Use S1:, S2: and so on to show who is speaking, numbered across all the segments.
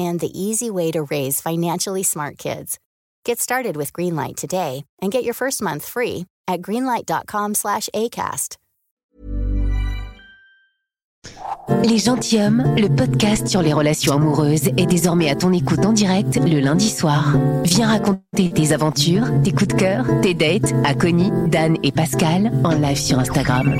S1: and the easy way to raise financially smart kids. Get started with Greenlight today and get your first month free at greenlight.com/acast.
S2: Les Gentilhommes, le podcast sur les relations amoureuses, est désormais à ton écoute en direct le lundi soir. Viens raconter tes aventures, tes coups de cœur, tes dates à Connie, Dan et Pascal en live sur Instagram.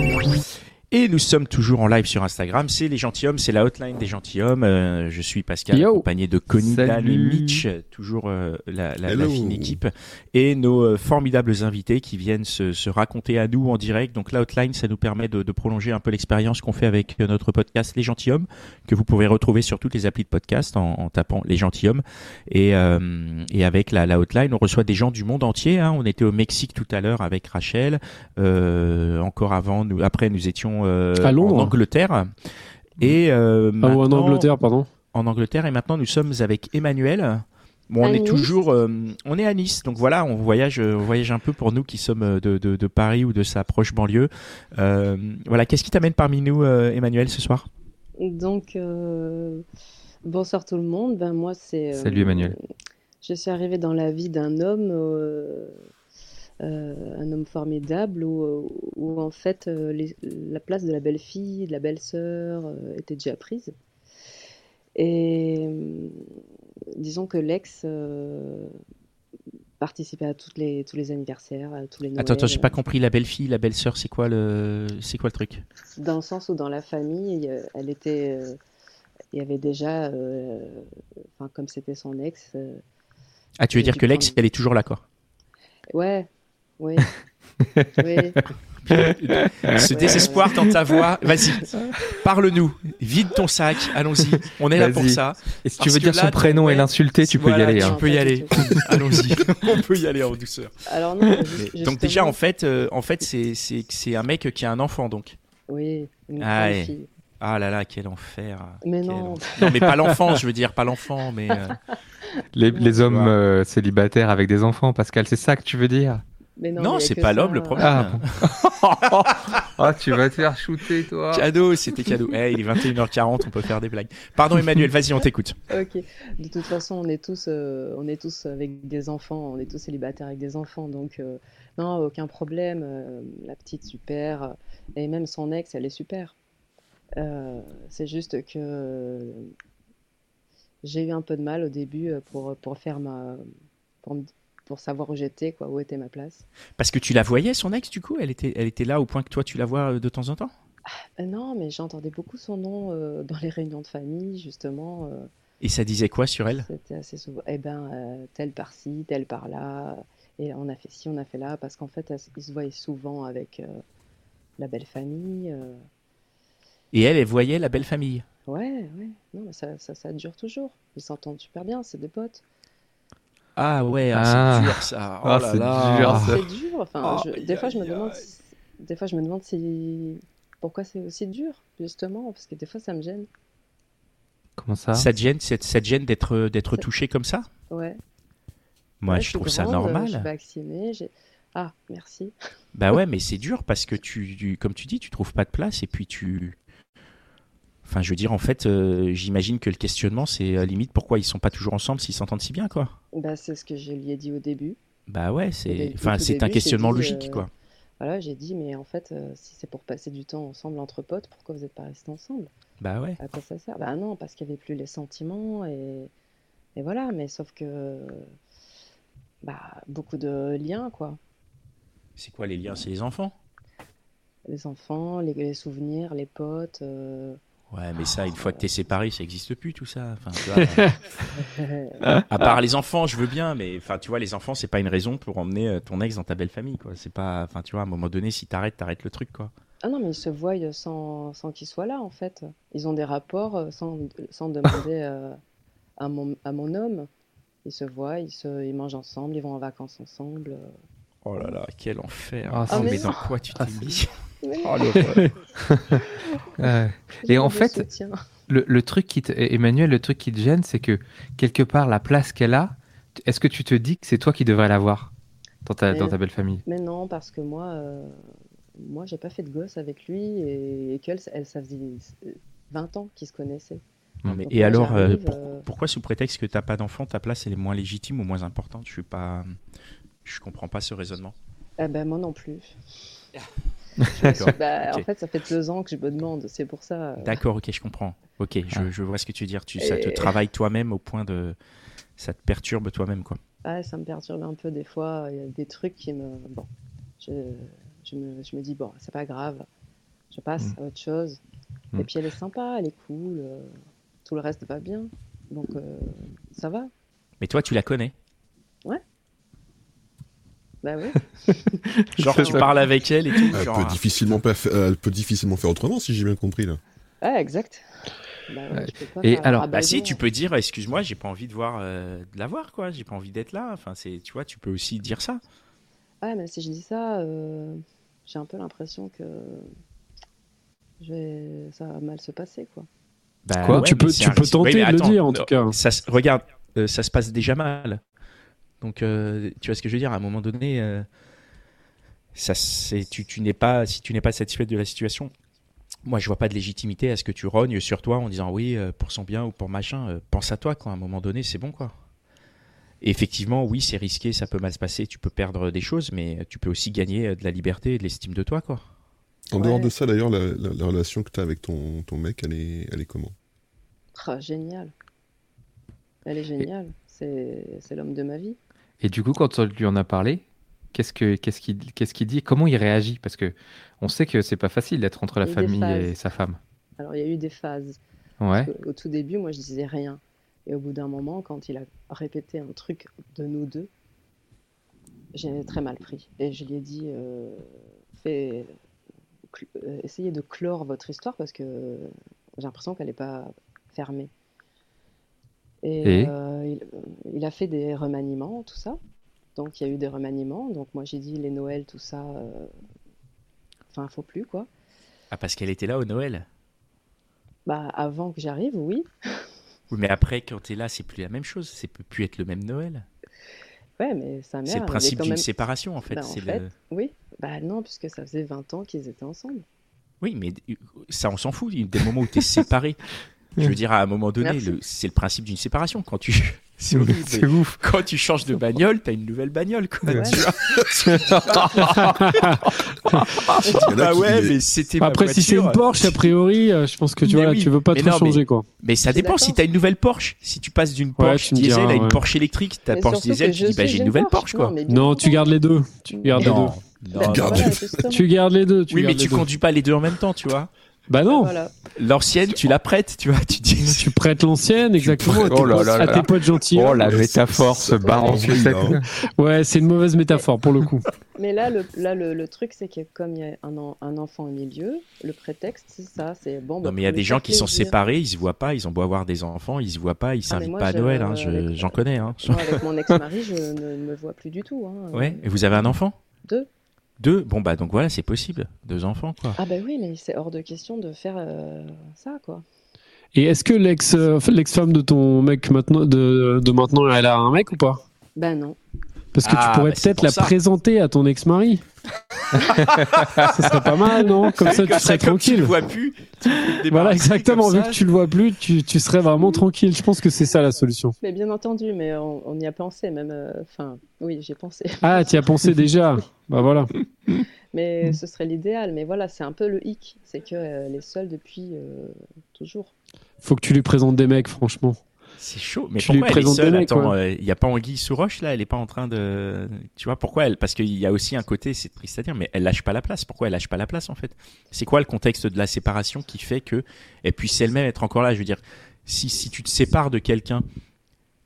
S3: Et nous sommes toujours en live sur Instagram. C'est les gentilshommes, c'est la hotline des gentilshommes. Euh, je suis Pascal,
S4: Yo.
S3: accompagné de Connie,
S4: Salut.
S3: Dan et Mitch, toujours euh, la, la, la
S5: Hello.
S3: fine équipe. Et nos euh, formidables invités qui viennent se, se raconter à nous en direct. Donc la hotline, ça nous permet de, de prolonger un peu l'expérience qu'on fait avec euh, notre podcast Les Gentilhommes, que vous pouvez retrouver sur toutes les applis de podcast en, en tapant Les Gentilhommes. Et, euh, et avec la, la hotline, on reçoit des gens du monde entier. hein. On était au Mexique tout à l'heure avec Rachel. Euh, encore avant, nous, après, nous étions euh,
S4: À Londres.
S3: en Angleterre. Et euh,
S4: Ah, ou en
S3: maintenant-
S4: Angleterre, pardon.
S3: en Angleterre. Et maintenant, nous sommes avec Emmanuel. Bon, on
S6: À
S3: est
S6: Nice.
S3: toujours, euh, on est à Nice, donc voilà, on voyage, euh, on voyage un peu pour nous qui sommes euh, de, de- de Paris ou de sa proche banlieue. Euh, voilà, qu'est-ce qui t'amène parmi nous, euh, Emmanuel, ce soir
S6: Donc, euh, bonsoir tout le monde. Ben, moi, c'est. euh,
S4: Salut, Emmanuel.
S6: Je suis arrivée dans la vie d'un homme, euh, euh, un homme formidable, où, euh, où en fait euh, les- la place de la belle-fille, de la belle-sœur euh, était déjà prise. Et euh, disons que l'ex euh, participait à toutes les, tous les anniversaires, à tous les Noëls.
S3: Attends, attends, j'ai pas compris. La belle fille, la belle sœur, c'est quoi le, c'est quoi le truc
S6: dans le sens où dans la famille, il y a- elle était, euh, il y avait déjà, euh, enfin comme c'était son ex, euh,
S3: Ah, tu veux
S6: J'ai
S3: dire
S6: dû
S3: que l'ex,
S6: prendre-
S3: elle est toujours là, quoi
S6: ouais, oui, oui.
S3: Ce désespoir dans ta voix, vas-y, parle-nous, vide ton sac, allons-y, on est là
S4: Vas-y.
S3: pour ça.
S7: Et si tu
S3: Parce
S7: veux
S3: que
S7: dire
S3: là,
S7: son prénom
S3: ouais,
S7: et l'insulter, tu peux
S3: voilà,
S7: y aller.
S3: tu
S7: hein.
S6: Non,
S3: peux y
S6: pas du
S3: aller.
S6: tout.
S3: Allons-y, on peut y aller en douceur.
S6: Alors non. ju- justement-
S3: Donc déjà en fait, euh, en fait c'est c'est c'est un mec qui a un enfant donc.
S6: oui, une
S3: Ah,
S6: grande
S3: ouais.
S6: fille.
S3: Ah là là quel enfer.
S6: Mais
S3: Quel
S6: non.
S3: enfer. Non mais pas l'enfant, je veux dire pas l'enfant mais. euh,
S7: Les, les hommes
S3: vois.
S7: euh, célibataires avec des enfants, Pascal, c'est ça que tu veux dire
S6: Mais non,
S3: Non,
S6: mais il y a
S3: c'est
S6: que
S3: pas
S6: ça. hein.
S3: l'homme le problème.
S7: Ah bon. Ah, tu vas te faire shooter, toi.
S3: Cadeau, c'était cadeau. Eh, il est 21h40, on peut faire des blagues. Pardon Emmanuel, vas-y on t'écoute.
S6: Ok. De toute façon, on est tous, euh, on est tous avec des enfants, on est tous célibataires avec des enfants, donc euh, non, aucun problème. euh, la petite super, euh, et même son ex, elle est super. Euh, c'est juste que euh, j'ai eu un peu de mal au début euh, pour pour faire ma, pour, me- pour savoir où j'étais, quoi, où était ma place.
S3: Parce que tu la voyais son ex du coup, elle était elle était là au point que toi tu la vois euh, de temps en temps.
S6: Euh, non, mais j'entendais beaucoup son nom euh, dans les réunions de famille, justement. euh,
S3: Et ça disait quoi sur elle
S6: C'était assez souvent. Eh ben, euh, tel par-ci, tel par-là. Et on a fait ci, on a fait là. Parce qu'en fait, elle- ils se voyaient souvent avec euh, la belle famille. euh.
S3: Et elle elle voyait la belle famille.
S6: Ouais, ouais. Non, mais ça, ça, ça dure toujours. Ils s'entendent super bien, c'est des potes.
S3: Ah ouais,
S7: Ah.
S3: c'est dur ça. Oh
S7: Ah,
S3: là
S7: c'est
S3: là.
S7: dur, ça.
S6: C'est dur. Enfin,
S3: Ah,
S6: je-
S3: aïe,
S6: des fois, je me
S3: aïe,
S6: demande. si- Des fois, je me demande si. Pourquoi c'est aussi dur, justement Parce que des fois, ça me gêne.
S7: Comment ça
S3: Ça te gêne, ça te- ça te gêne d'être d'être touché comme ça
S6: Ouais.
S3: Moi,
S6: Ouais,
S3: je, trouve
S6: suis
S3: ça
S6: grande, euh,
S3: normal.
S6: Je suis vaccinée. j'ai- Ah, merci.
S3: Bah ouais, mais c'est dur parce que tu, tu- comme tu dis, tu trouves pas de place et puis tu. Enfin, je veux dire, en fait, euh, j'imagine que le questionnement, c'est à la limite pourquoi ils sont pas toujours ensemble s'ils s'entendent si bien, quoi.
S6: Bah, c'est ce que je lui ai dit au début.
S3: Bah ouais,
S6: Au
S3: c'est.
S6: dé- au
S3: Enfin,
S6: tout
S3: c'est un
S6: début,
S3: questionnement
S6: j'ai dit,
S3: logique,
S6: euh,
S3: quoi.
S6: Voilà, j'ai dit, mais en fait, euh, si c'est pour passer du temps ensemble entre potes, pourquoi vous n'êtes pas restés ensemble
S3: Bah ouais.
S6: À quoi ça sert Bah non, parce qu'il n'y avait plus les sentiments et, et voilà, mais sauf que bah, beaucoup de liens, quoi.
S3: C'est quoi les liens C'est les enfants
S6: Les enfants, les, les souvenirs, les potes. euh,
S3: Ouais, mais ça, une fois que t'es séparé, ça existe plus tout ça. Enfin, tu vois, euh, à part les enfants, je veux bien, mais enfin, tu vois, les enfants, c'est pas une raison pour emmener euh, ton ex dans ta belle famille, quoi. C'est pas, enfin, tu vois, à un moment donné, si t'arrêtes, t'arrêtes le truc, quoi.
S6: Ah non, mais ils se voient sans, sans qu'ils soient là, en fait. Ils ont des rapports euh, sans, sans demander euh, à, mon, à mon homme. Ils se voient, ils, se, ils mangent ensemble, ils vont en vacances ensemble. euh.
S3: Oh là là, quel enfer.
S7: Ah,
S3: Oh,
S6: mais
S3: mais
S6: non.
S3: dans quoi tu t'es
S7: Ah,
S3: mis
S6: Mais
S3: Oh, l'horreur.
S7: Ouais.
S6: j'ai
S7: en
S6: le
S7: fait-
S6: soutien.
S7: Le, le truc qui te, Emmanuel, le truc qui te gêne, c'est que quelque part, la place qu'elle a, t- est-ce que tu te dis que c'est toi qui devrais l'avoir dans ta,
S6: Mais
S7: dans
S6: non.
S7: ta belle famille
S6: Mais non, parce que moi, euh, moi, j'ai pas fait de gosse avec lui et, et qu'elle, elle, ça faisait euh, 20 ans qu'ils se connaissaient.
S3: Non, mais-
S6: Donc
S3: et
S6: là,
S3: alors, euh,
S6: j'arrive,
S3: pour-
S6: euh,
S3: pourquoi sous prétexte que t'as pas d'enfant, ta place elle est moins légitime ou moins importante Je suis pas, je comprends pas ce raisonnement.
S6: Ah ben moi non plus.
S3: D'accord.
S6: Bah,
S3: Ok.
S6: En fait, ça fait deux ans que je me demande, c'est pour ça. euh,
S3: D'accord, ok, je comprends. Ok, je, je vois ce que tu veux dire. Tu, ça te
S6: Et-
S3: travaille toi-même au point de, ça te perturbe toi-même, quoi.
S6: Ah, ça me perturbe un peu des fois. Il y a des trucs qui me. Bon, je, je, me, je me dis, bon, c'est pas grave. Je
S3: Hmm.
S6: passe à autre chose.
S7: Mm.
S6: Et puis elle est sympa, elle est cool. euh, tout le reste va bien. Donc euh, ça va.
S3: Mais toi, tu la connais.
S6: Bah oui.
S3: Genre,
S6: C'est
S3: tu
S6: ça.
S3: parles avec elle et tout.
S4: Elle
S3: genre, euh,
S4: peut, difficilement pas fa- elle peut difficilement faire autrement, si j'ai bien compris. Là.
S6: Ouais, exact. Bah, ouais,
S7: Ouais.
S6: je peux pas
S7: Et
S6: faire-
S7: alors-
S6: ah,
S3: bah si,
S6: non.
S3: tu peux dire, excuse-moi, j'ai pas envie de voir, euh, de la voir, quoi. J'ai pas envie d'être là. Enfin, c'est, tu vois, tu peux aussi dire ça.
S6: Ouais, mais si je dis ça, euh, j'ai un peu l'impression que je vais... ça va mal se passer, quoi.
S3: Bah,
S5: Quoi
S3: ouais,
S5: Tu
S3: mais
S5: peux-
S3: c'est
S5: tu
S3: un
S5: peux
S3: risque. Oui,
S5: tenter
S3: mais
S5: de le
S3: attends,
S5: dire, en tout cas.
S3: Ça, se- regarde, euh, ça se passe déjà mal. Donc, euh, tu vois ce que je veux dire. À un moment donné, euh, ça, c'est, tu, tu n'es pas, si tu n'es pas satisfaite de la situation, moi, je vois pas de légitimité à ce que tu rognes sur toi en disant oui euh, pour son bien ou pour machin. euh, pense à toi, quoi. À un moment donné, c'est bon, quoi. Et effectivement, oui, c'est risqué, ça peut mal se passer, tu peux perdre des choses, mais tu peux aussi gagner euh, de la liberté et de l'estime de toi, quoi.
S4: En
S6: Ouais.
S4: dehors de ça, d'ailleurs, la, la- la relation que tu as avec ton, ton mec, elle est, elle est comment
S6: Ah, génial. Elle est géniale. C'est c'est l'homme de ma vie.
S7: Et du coup, quand on lui en a parlé, qu'est-ce que qu'est-ce qu'il qu'est-ce qu'il dit Comment il réagit Parce que on sait que c'est pas facile d'être entre la
S6: Il y a des
S7: famille et
S6: phases.
S7: sa femme.
S6: Alors, il y a eu des phases. Parce
S7: Ouais.
S6: que Au tout début, moi, je disais rien. Et au bout d'un moment, quand il a répété un truc de nous deux, j'ai très mal pris. Et je lui ai dit, euh, fais- cl- euh, essayez de clore votre histoire parce que j'ai l'impression qu'elle n'est pas fermée. Et,
S7: Et
S6: euh, il, euh, il a fait des remaniements, tout ça. Donc il y a eu des remaniements. Donc moi j'ai dit les Noëls, tout ça. euh, Enfin, faut plus quoi.
S3: Ah, parce qu'elle était là au Noël.
S6: Bah avant que j'arrive, oui.
S3: Oui, mais après, quand t'es là, c'est plus la même chose, c'est peut plus être le même Noël.
S6: Ouais, mais sa mère.
S3: C'est
S6: elle
S3: le
S6: avait
S3: principe
S6: quand
S3: d'une
S6: même-
S3: séparation, en fait.
S6: Bah, en
S3: c'est
S6: fait,
S3: le-
S6: Oui, bah non, puisque ça faisait 20 ans qu'ils étaient ensemble.
S3: Oui, mais ça, on s'en fout. Il y a Des moments où t'es séparé. Je veux dire, à un moment donné,
S6: Merci.
S3: le- c'est le principe d'une séparation. Quand tu... c'est horrible,
S7: C'est ouf.
S3: mais quand tu changes de bagnole, t'as une nouvelle bagnole. Quoi,
S6: Ouais.
S3: tu vois.
S4: Il y en a
S3: bah
S4: qui-
S3: ouais,
S4: les-
S3: mais c'était ma
S5: Après, si c'est une
S3: voiture.
S5: Porsche, a priori, euh, je pense que tu
S3: Mais
S5: vois,
S3: oui.
S5: tu veux pas
S3: Mais
S5: trop
S3: non, mais-
S5: changer, quoi.
S3: Mais ça
S6: Je suis
S3: dépend. Si
S6: d'accord.
S3: t'as une nouvelle Porsche, si tu passes d'une Porsche
S5: tu me
S3: diesel
S5: diras,
S3: à une
S5: ouais.
S3: Porsche électrique, ta
S6: Mais
S3: Porsche
S6: surtout que
S3: diesel,
S6: je
S3: tu dis, bah,
S6: sais,
S3: j'ai
S6: j'ai
S3: une nouvelle Porsche,
S6: Non,
S3: quoi.
S6: mais bien
S5: Non, tu
S6: sûr.
S5: gardes les deux. Tu gardes les deux.
S3: Non,
S6: Bah,
S3: non,
S4: Garde.
S3: non.
S6: voilà, justement.
S5: Tu gardes les deux. Tu
S3: Oui, mais
S5: gardes
S3: tu
S5: les deux.
S3: conduis pas les deux en même temps, tu vois.
S5: Bah non.
S6: Voilà.
S3: L'ancienne, tu la prêtes, tu vois. Tu dis,
S5: Tu prêtes l'ancienne, exactement, à tes,
S7: Oh là
S5: potes,
S7: là
S5: à
S7: là.
S5: tes potes gentils.
S7: Oh la
S4: Ouais,
S7: métaphore
S4: c'est-
S7: se barre en hein.
S4: c'est- c'est-
S7: sucette.
S5: Ouais, c'est une mauvaise métaphore pour le coup.
S6: Mais là, le, là, le, le truc, c'est que comme il y a un, en- un enfant au milieu, le prétexte, c'est ça, c'est bon.
S3: Non,
S6: bah,
S3: mais il y a
S6: pour
S3: des
S6: lui
S3: gens
S6: faire
S3: qui sont
S6: plaisir.
S3: séparés, ils se voient pas, ils ont beau avoir des enfants, ils se voient pas, ils
S6: Ah, mais
S3: s'invitent
S6: moi,
S3: pas à
S6: je-
S3: Noël, hein, je-
S6: avec-
S3: j'en connais. Hein.
S6: Moi, avec mon ex-mari, je ne me vois plus du tout. hein.
S3: Ouais, et vous avez un enfant
S6: Deux.
S3: Deux Bon, bah donc voilà, c'est possible. Deux enfants, quoi.
S6: Ah, bah oui, mais c'est hors de question de faire euh, ça, quoi.
S5: Et est-ce que l'ex, euh, l'ex-femme de ton mec maintenant, de, de maintenant, elle a un mec ou pas
S6: Bah non.
S5: Parce que
S3: Ah,
S5: tu pourrais
S3: bah, c'est
S5: peut-être
S3: pour
S5: la
S3: ça.
S5: présenter à ton ex-mari. ça serait pas mal, non Comme ça, tu serais tranquille.
S3: vois plus.
S5: Voilà, exactement. Vu que tu le vois plus, tu, tu serais vraiment tranquille. Je pense que c'est ça la solution.
S6: Mais bien entendu, mais on, on y a pensé, même. euh, Enfin, oui, j'ai pensé.
S5: Ah, t'y as pensé déjà Bah voilà.
S6: Mais
S5: Mm.
S6: ce serait l'idéal. Mais voilà, c'est un peu le hic. C'est qu'elle est seule depuis euh, toujours.
S5: Faut que tu lui présentes des mecs, franchement.
S3: C'est chaud. Mais
S5: Tu lui
S3: pourquoi elle est
S5: présentes
S3: seule
S5: Donnay,
S3: Attends,
S5: quoi.
S3: euh, il n'y a pas Anguille sous roche là Elle est pas en train de. Tu vois pourquoi elle Parce qu'il y a aussi un côté, c'est triste à dire, mais elle lâche pas la place. Pourquoi elle lâche pas la place en fait C'est quoi le contexte de la séparation qui fait que elle puisse elle-même être encore là Je veux dire, si si tu te sépares de quelqu'un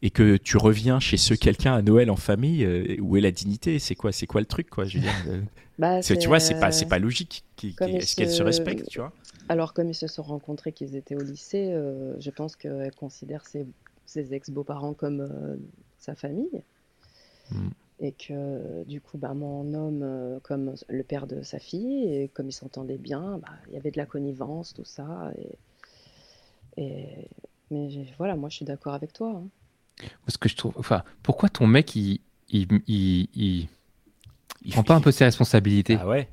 S3: et que tu reviens chez ce quelqu'un à Noël en famille, euh, où est la dignité C'est quoi C'est quoi le truc quoi Je veux dire, euh,
S6: Bah,
S3: c'est- tu vois, c'est pas c'est
S6: euh,
S3: pas logique. Qui- qui-
S6: comme
S3: Est-ce qu'elle se
S6: ce-
S3: respecte Tu vois
S6: Alors, comme ils se sont rencontrés, qu'ils étaient au lycée, euh, je pense qu'elle considère ses, ses ex-beaux-parents comme euh, sa famille.
S7: Mm.
S6: Et que du coup, bah, mon homme, euh, comme le père de sa fille, et comme ils s'entendaient bien, bah, il y avait de la connivence, tout ça. Et, et- mais j'ai- voilà, moi je suis d'accord avec toi. hein.
S7: Parce que je trouve. Enfin, pourquoi ton mec, il, il, il, il prend pas un peu ses responsabilités
S3: Ah ouais.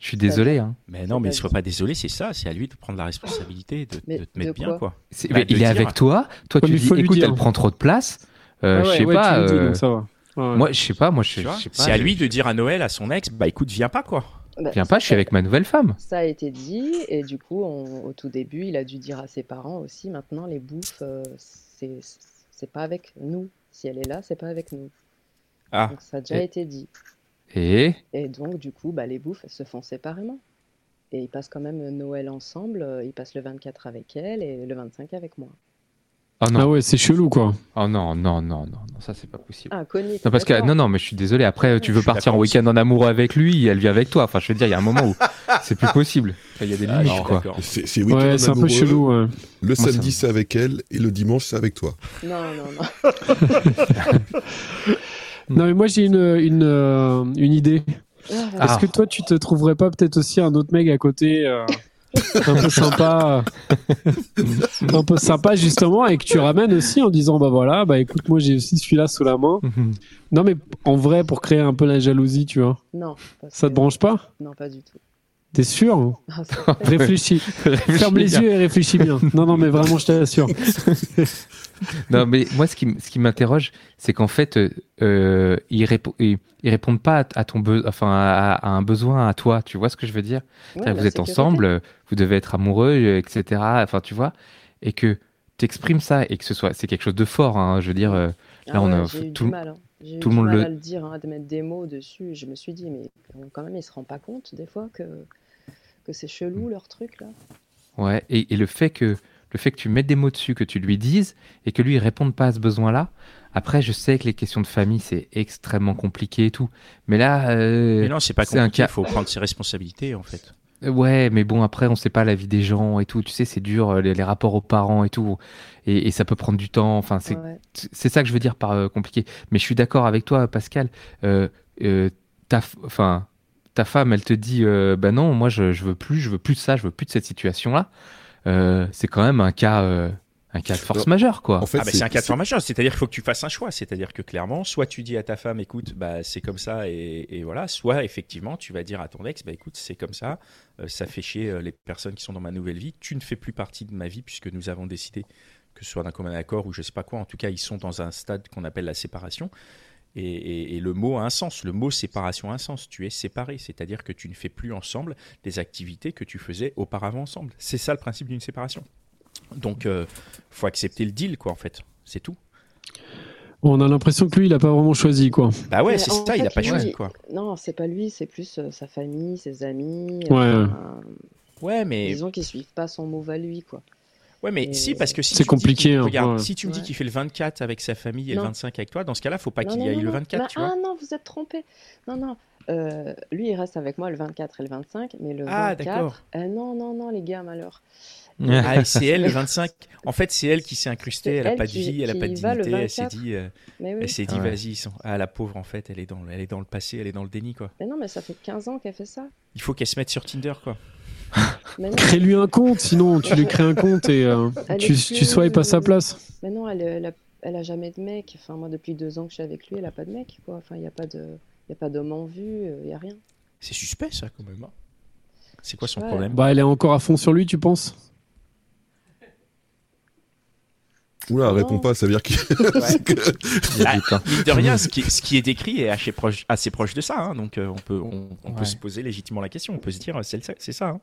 S7: Je suis désolé. Hein.
S3: Mais non, mais
S6: pas
S3: sois pas désolé, c'est ça, c'est à lui de prendre la responsabilité, de,
S6: Mais
S3: de te mettre
S6: de
S3: bien,
S6: quoi
S3: quoi.
S7: C'est-
S3: Bah,
S7: mais
S3: de
S7: il est
S3: dire.
S7: avec toi. Toi,
S5: Ouais,
S7: tu
S5: mais
S7: dis,
S5: faut lui
S7: écoute,
S5: dire.
S7: elle prend trop de place. Euh,
S5: Ah ouais,
S7: je sais
S5: ouais,
S7: pas.
S5: tu le dis,
S7: euh,
S5: donc ça va. Ouais.
S7: Moi, je sais pas. Moi, je,
S3: Tu
S7: je
S3: vois
S7: sais pas.
S3: C'est à
S7: je-
S3: lui de dire à Noël, à son ex, bah écoute, viens pas, quoi.
S6: Bah,
S7: Viens pas, je suis
S6: ça-
S7: avec ma nouvelle femme.
S6: Ça a été dit, et du coup, on- au tout début, il a dû dire à ses parents aussi maintenant, les bouffes, euh, c'est c'est pas avec nous. Si elle est là, c'est pas avec nous.
S3: Ah,
S6: Donc ça a déjà
S7: Et-
S6: été dit.
S7: Et
S6: Et donc, du coup, bah, les bouffes se font séparément. Et ils passent quand même Noël ensemble. euh, Ils passent le 24 avec elle et le 25 avec moi.
S7: oh non,
S5: Ah ouais, c'est chelou quoi.
S7: oh non, non, non, non, non, ça c'est pas possible.
S6: Ah, Connie.
S7: Non parce que non non mais je suis désolé après tu veux
S3: suis
S7: partir en
S3: d'accord
S7: week-end en amoureux avec lui elle vit avec toi enfin je veux dire il y a un moment où c'est plus possible Enfin, il y a des limites
S3: alors,
S7: quoi
S3: Ah, d'accord.
S4: C'est c'est week-end
S5: Ouais, c'est un Mm. peu
S4: amoureux.
S5: chelou. ouais.
S4: Le
S7: ça me-
S4: samedi, c'est avec elle, et le dimanche, c'est avec toi.
S6: Non, non, non.
S5: Non mais moi j'ai une, une, euh, une idée.
S6: Ah,
S5: Est-ce
S7: Ah.
S5: que toi tu te trouverais pas peut-être aussi un autre mec à côté euh, un peu sympa euh, un peu sympa justement et que tu ramènes aussi en disant bah voilà bah écoute moi j'ai aussi celui-là sous la main.
S7: Mhm.
S5: Non mais en vrai pour créer un peu la jalousie tu vois.
S6: Non. parce
S5: Ça te
S6: que-
S5: branche pas
S6: Non, pas du tout.
S5: T'es sûr hein
S6: Ah, c'est-
S5: Réfléchis. Ferme les yeux et réfléchis bien. Non non mais vraiment je t'assure.
S7: non mais moi ce qui m- ce qui m'interroge c'est qu'en fait euh, euh, ils, répo- ils- ils répondent pas à, à ton be- enfin à, à un besoin à toi tu vois ce que je veux dire
S6: Ouais, bah,
S7: C'est-à-dire
S6: la
S7: vous êtes
S6: sécurité.
S7: ensemble, euh, vous devez être amoureux, euh, etc. Enfin, tu vois, et que t'exprimes ça et que ce soit, c'est quelque chose de fort. hein, je veux dire, euh,
S6: Ah
S7: Là, on
S6: ouais,
S7: a-
S6: j'ai eu
S7: tout-
S6: du mal. hein. J'ai eu
S7: tout le
S6: du
S7: monde
S6: mal
S7: le-
S6: à le dire, hein, de mettre des mots dessus. Je me suis dit, mais quand même, il se rend pas compte des fois que, que c'est chelou
S7: Mm.
S6: leur truc là.
S7: ouais. Et, et le fait que le fait que tu mettes des mots dessus, que tu lui dises et que lui il réponde pas à ce besoin-là. Après, je sais que les questions de famille c'est extrêmement compliqué et tout, mais là, euh,
S3: Mais non, c'est pas
S7: C'est un
S3: compliqué,
S7: cas-
S3: il faut prendre ses responsabilités, en fait.
S7: Euh, Ouais, mais bon, après, on sait pas la vie des gens et tout. Tu sais, c'est dur, euh, les, les rapports aux parents et tout. Et, et ça peut prendre du temps. Enfin, c'est
S6: Ouais.
S7: c'est ça que je veux dire par euh, compliqué. Mais je suis d'accord avec toi, Pascal. Euh, euh, ta, f- enfin, ta femme, elle te dit, euh, bah non, moi, je, je veux plus, je veux plus de ça, je veux plus de cette situation-là. Euh, c'est quand même un cas, euh, un cas de force
S4: Alors,
S7: majeure, quoi.
S4: En fait,
S3: ah, mais c'est un cas de forme majeure, c'est-à-dire qu'il faut que tu fasses un choix. C'est-à-dire que clairement, soit tu dis à ta femme, écoute, bah, c'est comme ça, et, et voilà, soit effectivement, tu vas dire à ton ex, bah, écoute, c'est comme ça, euh, ça fait chier euh, les personnes qui sont dans ma nouvelle vie, tu ne fais plus partie de ma vie puisque nous avons décidé que ce soit d'un commun accord ou je sais pas quoi, en tout cas, ils sont dans un stade qu'on appelle la séparation. Et, et- et le mot a un sens, le mot séparation a un sens, tu es séparé, c'est-à-dire que tu ne fais plus ensemble les activités que tu faisais auparavant ensemble. C'est ça le principe d'une séparation. Donc, euh, faut accepter le deal, quoi, en fait. C'est tout.
S5: On a l'impression que lui il a pas vraiment choisi quoi.
S3: Bah ouais,
S6: Mais
S3: c'est
S6: en
S3: ça, il
S6: fait,
S3: a pas
S6: lui-
S3: choisi, quoi.
S6: Non, c'est pas lui, c'est plus euh, sa famille, ses amis.
S5: Ouais.
S6: enfin,
S3: Ouais, mais,
S6: Disons qu'ils suivent pas son move à lui, quoi.
S3: ouais, mais
S6: mais-
S3: si, parce que si.
S5: C'est
S3: tu me dis
S5: compliqué,
S3: qu'il-
S5: hein,
S3: regarde,
S5: ouais.
S3: si tu me dis
S6: Ouais.
S3: qu'il fait le 24 avec sa famille et
S6: Non.
S3: le 25 avec toi, dans ce cas-là, faut
S7: Ah,
S3: pas
S6: Non,
S3: qu'il y
S6: non,
S3: aille
S6: non,
S3: le
S6: non.
S3: 24,
S6: Bah,
S3: tu vois.
S6: Ah non, vous êtes trompé. Non, non. euh, lui, il reste avec moi le 24 et le 25, mais le
S3: Ah,
S6: 24.
S3: d'accord.
S6: euh, non, non, non, les gars, malheur.
S3: Ah, et c'est elle le 25. En fait, c'est elle qui s'est incrustée,
S6: C'est
S3: elle a
S6: elle
S3: pas de
S6: qui-
S3: vie, elle a
S6: qui
S3: pas de
S6: y va le
S3: dignité, elle s'est
S6: 24.
S3: dit, euh,
S6: Mais oui.
S3: elle s'est dit,
S7: Ah ouais.
S3: vas-y, ils sont- ah la pauvre, en fait, elle est dans, le- elle est dans le passé, elle est dans le déni, quoi.
S6: Mais non, mais ça fait 15 ans qu'elle fait ça.
S3: Il faut qu'elle se mette sur Tinder, quoi.
S6: Mais non,
S5: Crée-lui un compte, sinon tu lui crées un compte et euh,
S6: elle
S5: tu,
S6: est
S5: tu swipes à sa
S6: plus-
S5: place.
S6: Mais non, elle, elle, a, elle a jamais de mec. Enfin, moi, depuis deux ans que je suis avec lui, elle a pas de mec, quoi. Enfin, il n'y a pas de. Il a pas d'homme en vue, euh, il n'y a rien.
S3: C'est suspect, ça, quand même. hein. C'est quoi son
S6: Ouais.
S3: problème
S5: Bah, elle est encore à fond sur lui, tu penses
S4: Oula,
S6: Non.
S4: réponds pas, ça veut dire qu'il. c'est que-
S3: Là,
S7: Putain.
S3: Bah, mine de rien, ce qui, ce qui est décrit est assez proche, assez proche de ça. hein. donc, euh, on, peut, on, on
S7: Ouais.
S3: peut se poser légitimement la question. On peut se dire, euh, c'est le- c'est ça. hein.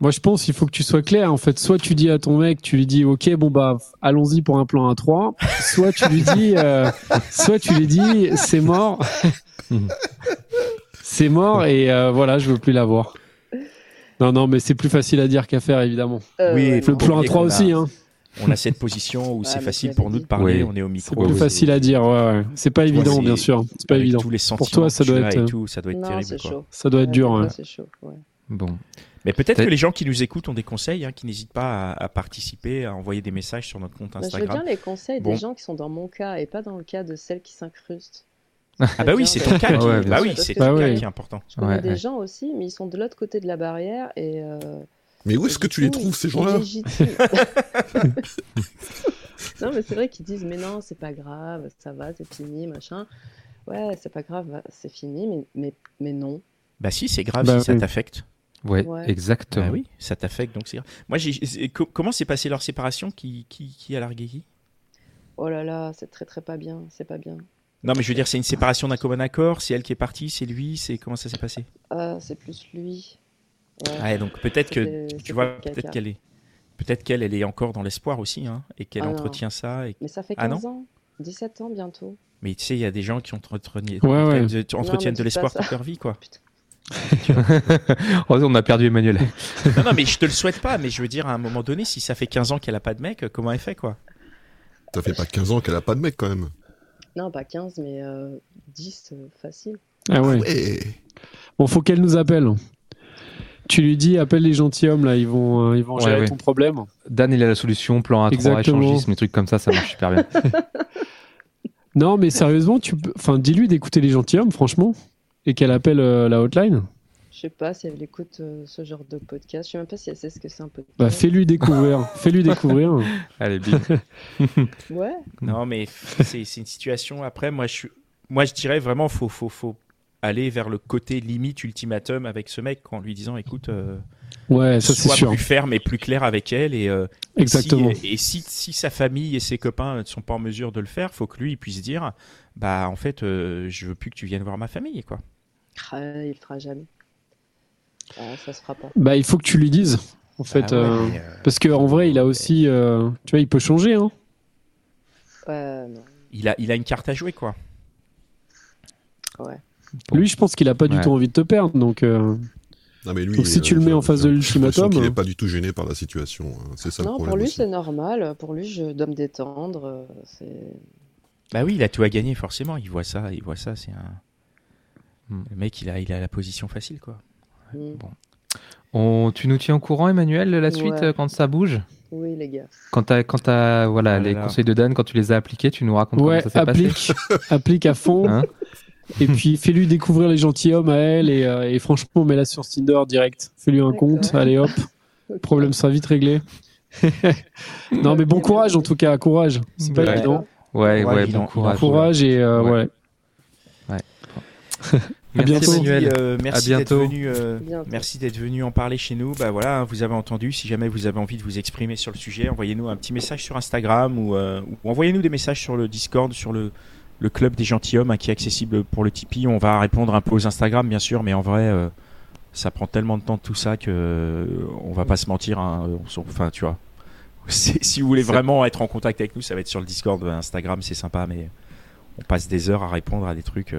S5: Moi, je pense qu'il faut que tu sois clair. En fait, soit tu dis à ton mec, tu lui dis, ok, bon bah, allons-y pour un plan à 3 Soit tu lui dis, euh, soit tu lui dis, c'est mort, c'est mort et euh, voilà, je veux plus l'avoir. Non, non, mais c'est plus facile à dire qu'à faire, évidemment.
S6: Euh,
S3: Oui,
S6: ouais,
S3: faut
S5: Le
S6: non.
S5: plan à
S3: oublier
S5: 3
S3: qu'on
S5: aussi, hein.
S3: On a cette position où
S6: Ouais,
S3: c'est
S6: mais
S3: facile
S6: tu
S3: pour
S6: l'avais
S3: nous de
S6: dit.
S3: parler,
S7: Oui.
S3: on est au
S5: C'est
S3: micro.
S5: plus facile à dire. Ouais, ouais. C'est pas évident,
S3: c'est-
S5: bien sûr. C'est pas
S3: Avec
S5: évident.
S3: tous les sentiments
S5: Pour toi, ça
S3: que tu
S5: doit
S3: as
S5: être,
S3: et
S5: euh,
S3: tout, ça doit être
S6: Non,
S3: terrible.
S6: c'est
S3: quoi.
S6: chaud.
S5: Ça doit être
S6: Ouais,
S5: dur.
S6: des
S5: hein.
S6: fois, c'est chaud, ouais.
S7: Bon.
S3: Mais peut-être
S7: T'as-
S3: que les gens qui nous écoutent ont des conseils, hein, qui n'hésitent pas à, à participer, à envoyer des messages sur notre compte
S6: Bah, je veux
S3: Instagram.
S6: bien les conseils
S3: Bon.
S6: des gens qui sont dans mon cas et pas dans le cas de celles qui s'incrustent.
S3: Ah bah oui, c'est ton cas.
S7: Ah
S3: qui-
S7: ouais, bien
S3: bah
S7: sûr.
S3: oui, c'est
S6: Bah
S3: ton cas
S5: ouais.
S3: qui est important.
S6: Je connais
S7: Ouais,
S6: des
S7: ouais.
S6: gens aussi, mais ils sont de l'autre côté de la barrière et. euh,
S4: Mais où
S6: et
S4: est-ce que
S6: du
S4: tu les
S6: coup,
S4: trouves,
S6: ils
S4: ces
S6: sont
S4: gens-là
S6: illégitimes. Non, mais c'est vrai qu'ils disent, mais non, c'est pas grave, ça va, c'est fini, machin. Ouais, c'est pas grave, va- c'est fini, mais, mais, mais non.
S3: Bah si, c'est grave
S5: Bah
S3: si ça
S5: oui.
S3: t'affecte.
S7: Ouais,
S6: Ouais.
S7: exactement.
S3: Bah oui, ça t'affecte donc c'est grave. Moi, j'ai- c'est- co- comment s'est passée leur séparation qui, qui, qui a largué qui
S6: Oh là là, c'est très très pas bien, c'est pas bien.
S3: Non, mais je veux dire, c'est une séparation d'un commun accord. C'est elle qui est partie, c'est lui, c'est comment ça s'est passé
S6: Ah, c'est plus lui.
S4: Ah.
S6: Ouais.
S3: Ouais, donc peut-être que
S6: C'était-
S3: tu
S6: c'était
S3: vois,
S6: caca.
S3: peut-être qu'elle est, peut-être qu'elle, elle est encore dans l'espoir aussi, hein, et qu'elle
S6: Ah non.
S3: entretient ça. Et...
S6: Mais ça fait
S3: Ah non
S6: 15 ans, 17 ans bientôt.
S3: Mais tu sais, il y a des gens qui entretiennent,
S5: Ouais, ouais.
S3: entretiennent- entretiennent de
S6: mais dis pas
S3: l'espoir
S6: ça.
S3: toute leur vie, quoi.
S7: Heureusement, Oh, on a perdu Emmanuel.
S3: Non, non, mais je te le souhaite pas, mais je veux dire, à un moment donné, si ça fait 15 ans qu'elle a pas de mec, comment elle fait, quoi
S4: Ça fait pas 15 ans qu'elle a pas de mec quand même.
S6: Non, pas 15, mais euh, 10, euh, facile.
S5: Ah ouais.
S4: Ouais.
S5: Bon, faut qu'elle nous appelle. Tu lui dis, appelle les gentilshommes, là, ils vont, euh, ils vont
S7: Ouais,
S5: gérer
S7: ouais.
S5: ton problème.
S7: Dan, il a la solution, plan A3,
S5: Exactement.
S7: échangisme, des trucs comme ça, ça marche super bien.
S5: Non, mais sérieusement, tu peux... enfin, dis-lui d'écouter les gentilshommes, franchement, et qu'elle appelle euh, la hotline.
S6: Je sais pas si elle écoute euh, ce genre de podcast. Je sais même pas si elle sait ce que c'est un podcast.
S5: Bah, fais-lui découvrir. fais-lui découvrir.
S7: Allez, bim.
S6: Ouais.
S5: Mm.
S3: Non, mais f- c'est c'est une situation. Après, moi, je, suis- moi, je dirais vraiment, faut, faut, faut aller vers le côté limite ultimatum avec ce mec en lui disant, écoute, euh,
S5: Ouais, ça c'est
S3: sois
S5: sûr.
S3: plus ferme et plus clair avec elle. Et, euh,
S5: Exactement.
S3: Si, et si, si sa famille et ses copains ne sont pas en mesure de le faire, faut que lui il puisse dire, bah, en fait, euh, je veux plus que tu viennes voir ma famille, quoi.
S6: Ah, il le fera jamais. Ah, ça se fera pas.
S5: Bah, il faut que tu lui dises, en
S3: Ah
S5: fait.
S3: ouais,
S5: euh,
S3: mais, euh,
S5: Parce qu'en vrai, il a aussi. euh, Tu vois, il peut changer, hein.
S6: Ouais, non.
S3: il a, il a une carte à jouer, quoi.
S7: Bon.
S5: Lui, je pense qu'il a pas du
S7: Ouais.
S5: tout envie de te perdre, donc. euh,
S4: Non, mais lui, euh,
S5: Donc, si tu le mets en face de
S4: j'ai
S5: l'ultimatum,
S4: l'impression qu'il
S5: hein.
S4: est pas du tout gêné par la situation. hein. C'est ça le
S6: Non,
S4: problème.
S6: pour lui,
S4: aussi.
S6: c'est normal. Pour lui, je dois me détendre. euh, C'est.
S3: Bah oui, il a tout à gagner forcément. Il voit ça, il voit ça. C'est un
S7: Hmm.
S3: le mec, il a, il a la position facile, quoi.
S6: Mm.
S7: On- tu nous tiens au courant, Emmanuel, la suite,
S6: Ouais.
S7: euh, quand ça bouge
S6: Oui, les gars.
S7: Quand t'as, quand t'as- voilà,
S3: Ah là
S7: les
S3: là.
S7: conseils de Dan, quand tu les as appliqués, tu nous racontes
S5: Ouais,
S7: comment ça s'est passé
S5: applique, applique à fond,
S7: Hein
S5: et puis fais-lui découvrir les gentilshommes à elle, et, euh, et franchement, mets-la sur Tinder direct. Fais-lui un compte,
S6: D'accord.
S5: allez hop, problème sera vite réglé. non, mais bon courage en tout cas, courage. C'est pas
S7: Ouais.
S5: évident.
S7: Ouais, ouais,
S3: Ouais, il en- il
S7: bon
S3: en
S7: courage.
S5: Courage et euh,
S7: Ouais.
S5: ouais. À
S7: Merci,
S5: bientôt.
S7: Emmanuel.
S3: Euh, merci
S7: À
S3: d'être
S7: bientôt.
S3: venu. euh,
S6: Bientôt.
S3: Merci d'être venu en parler chez nous. Bah voilà, hein, vous avez entendu. Si jamais vous avez envie de vous exprimer sur le sujet, envoyez-nous un petit message sur Instagram ou, euh, ou envoyez-nous des messages sur le Discord, sur le, le club des gentilshommes hein, qui est accessible pour le Tipeee. On va répondre un peu aux Instagram, bien sûr, mais en vrai, euh, ça prend tellement de temps tout ça que euh, on va pas se mentir. hein, on s'en- enfin, tu vois. C'est- Si vous voulez
S7: Ça-
S3: vraiment être en contact avec nous, ça va être sur le Discord, euh, Instagram, c'est sympa, mais on passe des heures à répondre à des trucs. euh,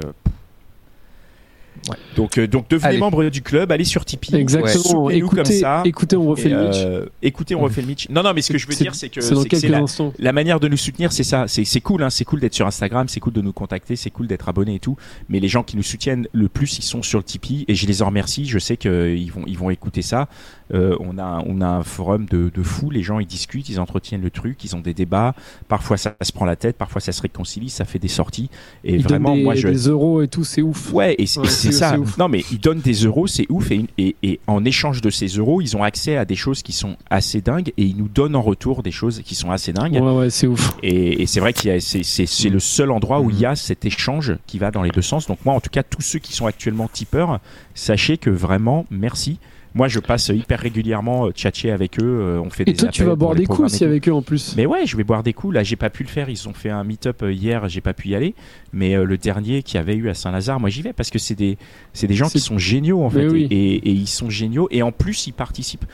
S7: Ouais.
S3: Donc, euh, donc devenez
S7: Allez.
S3: membre du club, allez sur Tipeee.
S5: Exactement.
S3: Ouais. Soutenez-nous
S5: Écoutez,
S3: comme ça.
S5: écoutez, on refait
S3: Et,
S5: le match.
S3: euh, écoutez, on refait le Mitch. Non, non, mais ce que je veux dire, c'est que
S5: c'est dans
S3: c'est que c'est
S5: quelques
S3: la,
S5: instants.
S3: la manière de nous soutenir, c'est ça. C'est c'est cool, hein, c'est cool d'être sur Instagram, c'est cool de nous contacter, c'est cool d'être abonné et tout. Mais les gens qui nous soutiennent le plus, ils sont sur le Tipeee et je les en remercie. Je sais qu'ils vont, ils vont écouter ça. Euh, on, a, un- on a un forum de, de fous. Les gens, ils discutent, ils entretiennent le truc, ils ont des débats. Parfois, ça se prend la tête, parfois, ça se réconcilie, ça fait des sorties. Et
S5: Il
S3: vraiment,
S5: donne des,
S3: moi, je,
S5: des euros et tout, c'est ouf.
S3: Ouais, et c'est
S5: Ouais,
S3: et c'est
S5: c'est-
S3: ça.
S5: c'est ouf.
S3: Non, mais ils donnent des euros, c'est ouf. Et, et, et en échange de ces euros, ils ont accès à des choses qui sont assez dingues et ils nous donnent en retour des choses qui sont assez dingues.
S5: Ouais, ouais, c'est ouf.
S3: Et, et c'est vrai qu'il y a, c'est, c'est, c'est le seul endroit où il y
S5: Mhm.
S3: a cet échange qui va dans les deux sens. Donc moi, en tout cas, tous ceux qui sont actuellement tipeurs, sachez que vraiment, merci. Moi, je passe hyper régulièrement euh, tchatcher avec eux. euh, on fait des
S5: Et toi, tu
S3: appels
S5: vas
S3: pour
S5: boire
S3: les
S5: des coups
S3: programmes et
S5: aussi
S3: tout.
S5: avec eux en plus.
S3: Mais ouais, je vais boire des coups. Là, j'ai pas pu le faire. Ils ont fait un meet-up euh, hier, j'ai pas pu y aller. Mais euh, le dernier qui avait eu à Saint-Lazare, moi j'y vais parce que c'est des, c'est des gens qui
S5: C'est-
S3: sont géniaux en
S5: Mais
S3: fait.
S5: oui.
S3: Et, et- et ils sont géniaux. Et en plus, ils participent.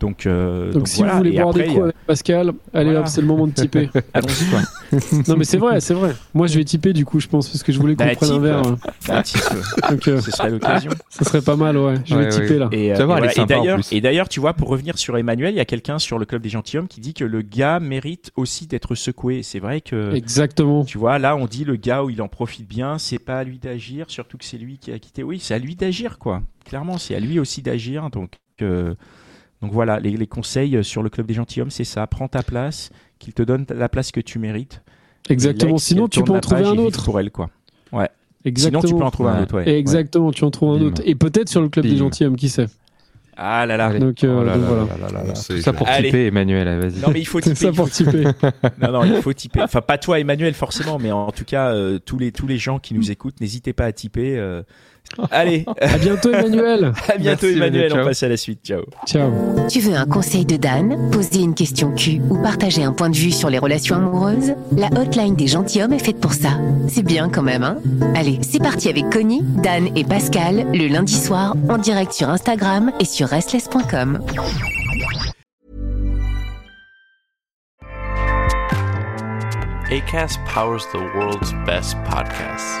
S3: Donc, euh,
S5: Donc,
S3: donc
S5: si
S3: voilà.
S5: vous voulez
S3: Et
S5: boire
S3: après, euh,
S5: des coups avec Pascal, allez
S3: Voilà.
S5: hop, c'est le moment de tiper.
S3: allons-y, quoi.
S5: non, mais c'est vrai, c'est vrai. Moi, je vais tiper du coup, je pense, parce que je voulais qu'on
S3: Bah,
S5: prenne un
S3: type,
S5: verre. hein.
S3: Ah, type, euh,
S5: Donc, euh,
S3: ce serait l'occasion.
S5: ça serait pas mal, ouais. Je vais
S7: Ouais,
S5: tiper
S7: ouais.
S5: là.
S3: Et, euh,
S7: Ça va,
S3: et
S7: elle
S3: voilà.
S7: est
S3: Et
S7: sympa, en
S3: d'ailleurs,
S7: plus.
S3: et d'ailleurs, tu vois, pour revenir sur Emmanuel, il y a quelqu'un sur le club des gentilshommes qui dit que le gars mérite aussi d'être secoué. C'est vrai que.
S5: Exactement.
S3: Tu vois, là, on dit le gars où il en profite bien, c'est pas à lui d'agir, surtout que c'est lui qui a quitté. Oui, c'est à lui d'agir, quoi. Clairement, c'est à lui aussi d'agir. Donc, euh, donc voilà, les, les conseils sur le club des gentilshommes, c'est ça. Prends ta place, qu'il te donne la place que tu mérites.
S5: Exactement.
S3: Lex,
S5: Sinon,
S3: elle
S5: tu
S3: tourne
S5: peux en
S3: la
S5: trouver
S3: page et
S5: un
S3: vive
S5: autre.
S3: Pour elle, quoi.
S5: Exactement.
S3: Sinon, tu peux en trouver un autre, ouais. Ouais.
S5: Exactement, tu en trouves un
S7: Bim.
S5: autre. Et peut-être sur le club des
S7: Bim.
S5: gentilshommes, qui sait.
S3: Ah là là.
S7: Allez.
S5: Donc, euh,
S7: Oh là
S5: donc
S7: là
S5: voilà.
S7: là là là là.
S4: On sait
S7: Tout ça pour
S3: jamais.
S7: tiper, Emmanuel, vas-y.
S3: Non, mais il faut
S5: C'est
S3: typer.
S5: ça
S3: il faut
S5: pour tiper.
S3: Non, non, il faut typer. Enfin, pas toi, Emmanuel, forcément, mais en tout cas, euh, tous, les, tous les gens qui nous écoutent, n'hésitez pas à typer. euh. Allez,
S5: à bientôt, Emmanuel.
S3: à bientôt,
S7: Merci,
S3: Emmanuel.
S7: Emmanuel,
S3: On
S7: ciao.
S3: passe à la suite. Ciao.
S5: Ciao.
S2: Tu veux un conseil de Dan, poser une question cul ou partager un point de vue sur les relations amoureuses La hotline des gentilshommes est faite pour ça. C'est bien quand même, hein Allez, c'est parti avec Connie, Dan et Pascal, le lundi soir, en direct sur Instagram et sur restless.com.
S8: ACAST powers the world's best podcasts.